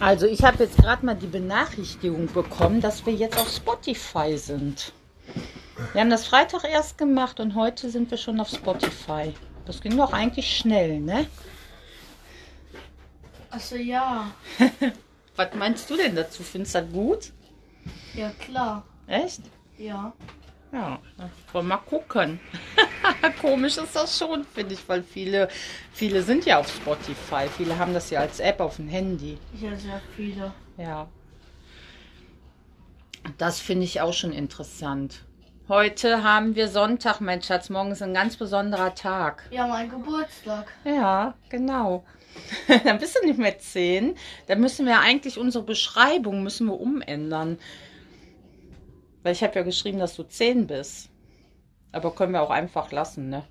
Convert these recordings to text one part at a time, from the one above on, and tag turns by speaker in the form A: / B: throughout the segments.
A: Also ich habe jetzt gerade mal die Benachrichtigung bekommen, dass wir jetzt auf Spotify sind. Wir haben das Freitag erst gemacht und heute sind wir schon auf Spotify. Das ging doch eigentlich schnell, ne?
B: Also ja,
A: Was meinst du denn dazu? Findest du das gut?
B: ja klar,
A: Echt?
B: ja.
A: Ja, na, wollen wir mal gucken. Komisch ist das schon, finde ich, weil viele, viele sind ja auf Spotify. Viele haben das ja als App auf dem Handy.
B: Ja, sehr viele.
A: Ja. Das finde ich auch schon interessant. Heute haben wir Sonntag, mein Schatz. Morgen ist ein ganz besonderer Tag.
B: Ja, mein Geburtstag.
A: Ja, genau. Dann bist du nicht mehr zehn. Dann müssen wir eigentlich unsere Beschreibung müssen wir umändern. Weil ich habe ja geschrieben, dass du zehn bist. Aber können wir auch einfach lassen, ne?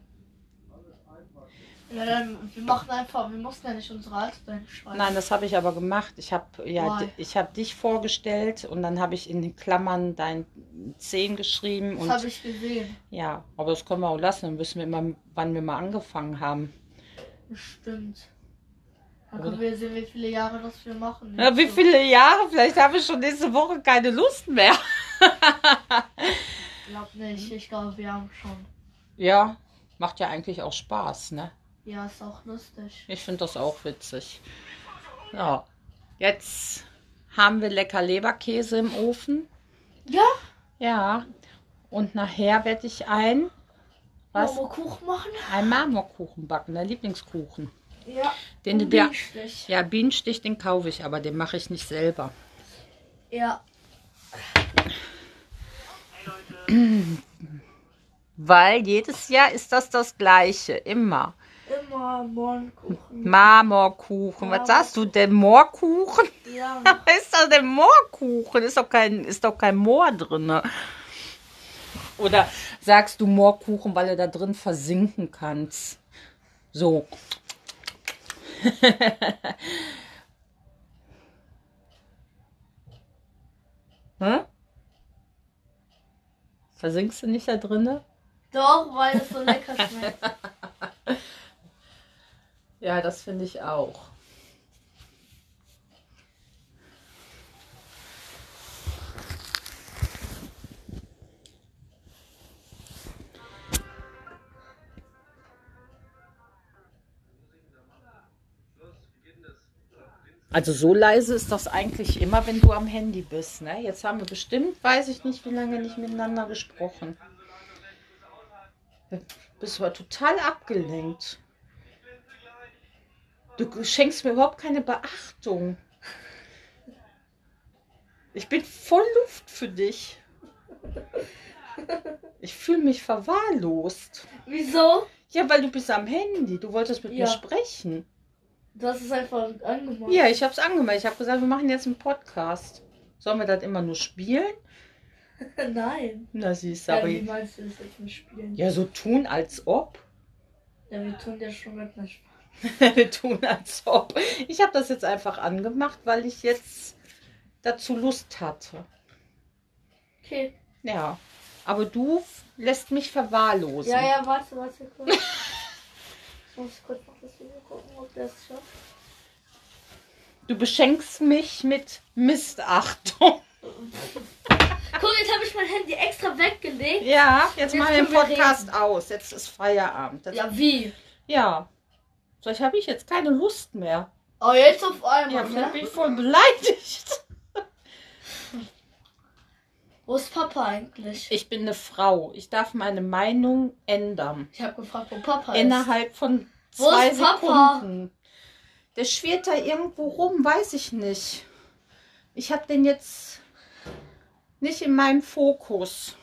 B: Ja, dann, wir machen einfach, wir mussten ja nicht unsere Altersbeine schreiben.
A: Nein, das habe ich aber gemacht. Ich habe ja,
B: Why?
A: di- ich habe dich vorgestellt und dann habe ich in den Klammern dein 10 geschrieben
B: das
A: und
B: habe ich gesehen.
A: ja, aber das können wir auch lassen. Dann wissen wir immer, wann wir mal angefangen haben.
B: Bestimmt. Dann
A: Oder?
B: können wir sehen, wie viele Jahre das wir machen.
A: Na, wie viele Jahre? Vielleicht habe ich schon nächste Woche keine Lust mehr.
B: Ich glaube nicht,
A: Hm?
B: ich glaube, wir haben schon.
A: Ja, macht ja eigentlich auch Spaß, ne?
B: Ja, ist auch lustig.
A: Ich finde das auch witzig. Ja, jetzt haben wir lecker Leberkäse im Ofen.
B: Ja,
A: Ja, und nachher werde ich ein, was?
B: wollen wir Kuchen machen?
A: Ein Marmorkuchen backen, dein Lieblingskuchen.
B: Ja.
A: Den du
B: Und
A: dir.
B: Bienenstich.
A: Ja, Bienenstich, den kaufe ich, aber den mache ich nicht selber.
B: Ja.
A: Weil jedes Jahr ist das das Gleiche, immer.
B: Immer Morgenkuchen.
A: Marmorkuchen, was sagst du denn? Moorkuchen?
B: Ja.
A: Was ist das denn Moorkuchen? Ist doch kein, ist doch kein Moor drin. Ne? Oder sagst du Moorkuchen, weil du da drin versinken kannst? So. hm? Versinkst du nicht da drinne?
B: Doch, weil es so lecker schmeckt.
A: Ja, das finde ich auch. Also so leise ist das eigentlich immer, wenn du am Handy bist. Ne? Jetzt haben wir bestimmt, weiß ich nicht, wie lange nicht miteinander gesprochen. Du bist aber total abgelenkt. Du schenkst mir überhaupt keine Beachtung. Ich bin voll Luft für dich. Ich fühle mich verwahrlost.
B: Wieso?
A: Ja, weil du bist am Handy. Du wolltest mit mir
B: Ja.
A: sprechen.
B: Das ist einfach angemacht.
A: Ja, ich habe es angemeldet. Ich habe gesagt, wir machen jetzt einen Podcast. Sollen wir das immer nur spielen?
B: Äh, Nein.
A: Na, siehst du,
B: Ja,
A: aber
B: wie meinst du das jetzt mit Spielen?
A: ja, so tun, als ob.
B: Ja, wir tun ja schon mit einer Sprache.
A: wir tun, als ob. Ich habe das jetzt einfach angemacht, weil ich jetzt dazu Lust hatte.
B: Okay.
A: Ja, aber du f- lässt mich verwahrlosen.
B: Ja, ja, warte, warte kurz. ich muss kurz noch das Video gucken, ob der es schafft.
A: Du beschenkst mich mit Missachtung.
B: Guck, jetzt habe ich mein Handy extra weggelegt.
A: Ja, jetzt,
B: Jetzt
A: machen wir den
B: können wir
A: Podcast aus. Jetzt ist Feierabend. Das, ja.
B: Ja, wie?
A: ja. Vielleicht habe ich jetzt keine Lust mehr.
B: Oh, jetzt auf einmal,
A: Ja, vielleicht
B: ne?
A: bin ich voll beleidigt.
B: Wo ist Papa eigentlich?
A: Ich bin eine Frau. Ich darf meine Meinung ändern.
B: Ich habe gefragt, wo Papa
A: Innerhalb von
B: Wo
A: zwei
B: ist Papa?
A: Sekunden. Der schwirrt da irgendwo rum, weiß ich nicht. Ich habe den jetzt nicht in meinem Fokus.
B: ist.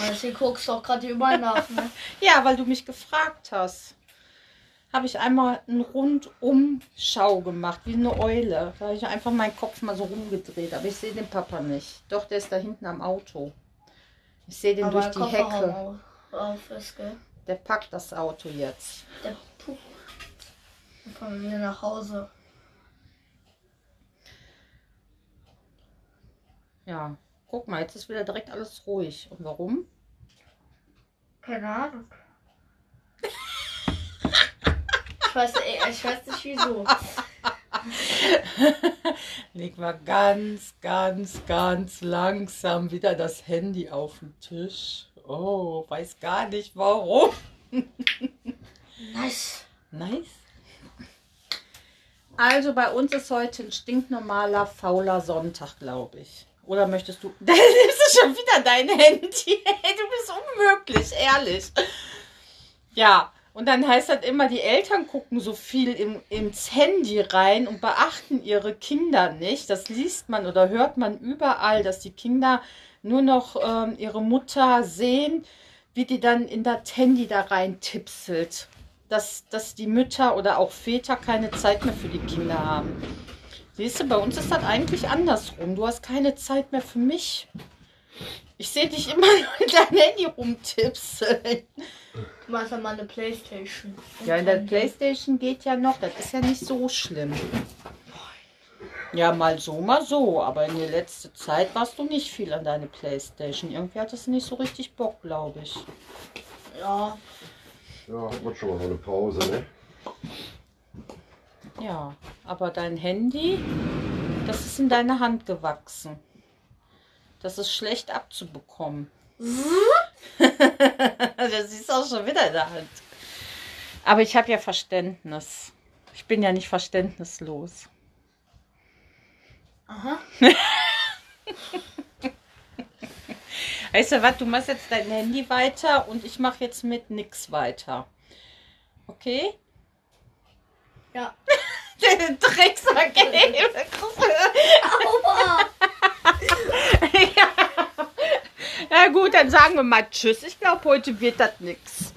B: Und Deswegen guckst du auch gerade überall nach, ne?
A: Ja, weil du mich gefragt hast. Habe ich einmal einen Rundumschau gemacht, wie eine Eule. Da habe ich einfach meinen Kopf mal so rumgedreht, aber ich sehe den Papa nicht. Doch, der ist da hinten am Auto. Ich sehe den durch
B: der
A: die
B: Kofferraum
A: Hecke.
B: Auf, auf ist, gell?
A: Der packt das Auto jetzt.
B: Der Puh. Dann kommen wir wieder nach Hause.
A: Ja, guck mal, jetzt ist wieder direkt alles ruhig. Und warum?
B: Keine Ahnung. äh, Ich weiß, ich weiß nicht wieso.
A: Leg mal ganz, ganz, ganz langsam wieder das Handy auf den Tisch. Oh, weiß gar nicht warum.
B: Nice.
A: Nice. Also bei uns ist heute ein stinknormaler, fauler Sonntag, glaube ich. Oder möchtest du. Da nimmst du schon wieder dein Handy. Ey, du bist unmöglich, ehrlich. Ja, und dann heißt das immer, die Eltern gucken so viel im, ins Handy rein und beachten ihre Kinder nicht. Das liest man oder hört man überall, dass die Kinder nur noch ähm, ihre Mutter sehen, wie die dann in das Handy da rein tipselt. Dass, dass die Mütter oder auch Väter keine Zeit mehr für die Kinder haben. Siehst du, bei uns ist das eigentlich andersrum. Du hast keine Zeit mehr für mich. Ich sehe dich immer nur in dein Handy rumtipseln.
B: Du machst ja mal eine Playstation.
A: Ja, in der Playstation geht ja noch. Das ist ja nicht so schlimm. Ja, mal so, mal so. Aber in der letzten Zeit warst du nicht viel an deine Playstation. Irgendwie hattest du nicht so richtig Bock, glaube ich.
B: Ja.
C: Ja, hat man schon mal so eine Pause, ne?
A: Ja, aber dein Handy, das ist in deine Hand gewachsen. Das ist schlecht abzubekommen. das ist auch schon wieder in der Hand. Aber ich habe ja Verständnis. Ich bin ja nicht verständnislos.
B: Aha.
A: Weißt du was, du machst jetzt dein Handy weiter und ich mache jetzt mit nix weiter. Okay?
B: Ja.
A: Den Drecksack, ey. Oh,
B: Aua.
A: Na gut, dann sagen wir mal Tschüss. Ich glaube, heute wird das nix.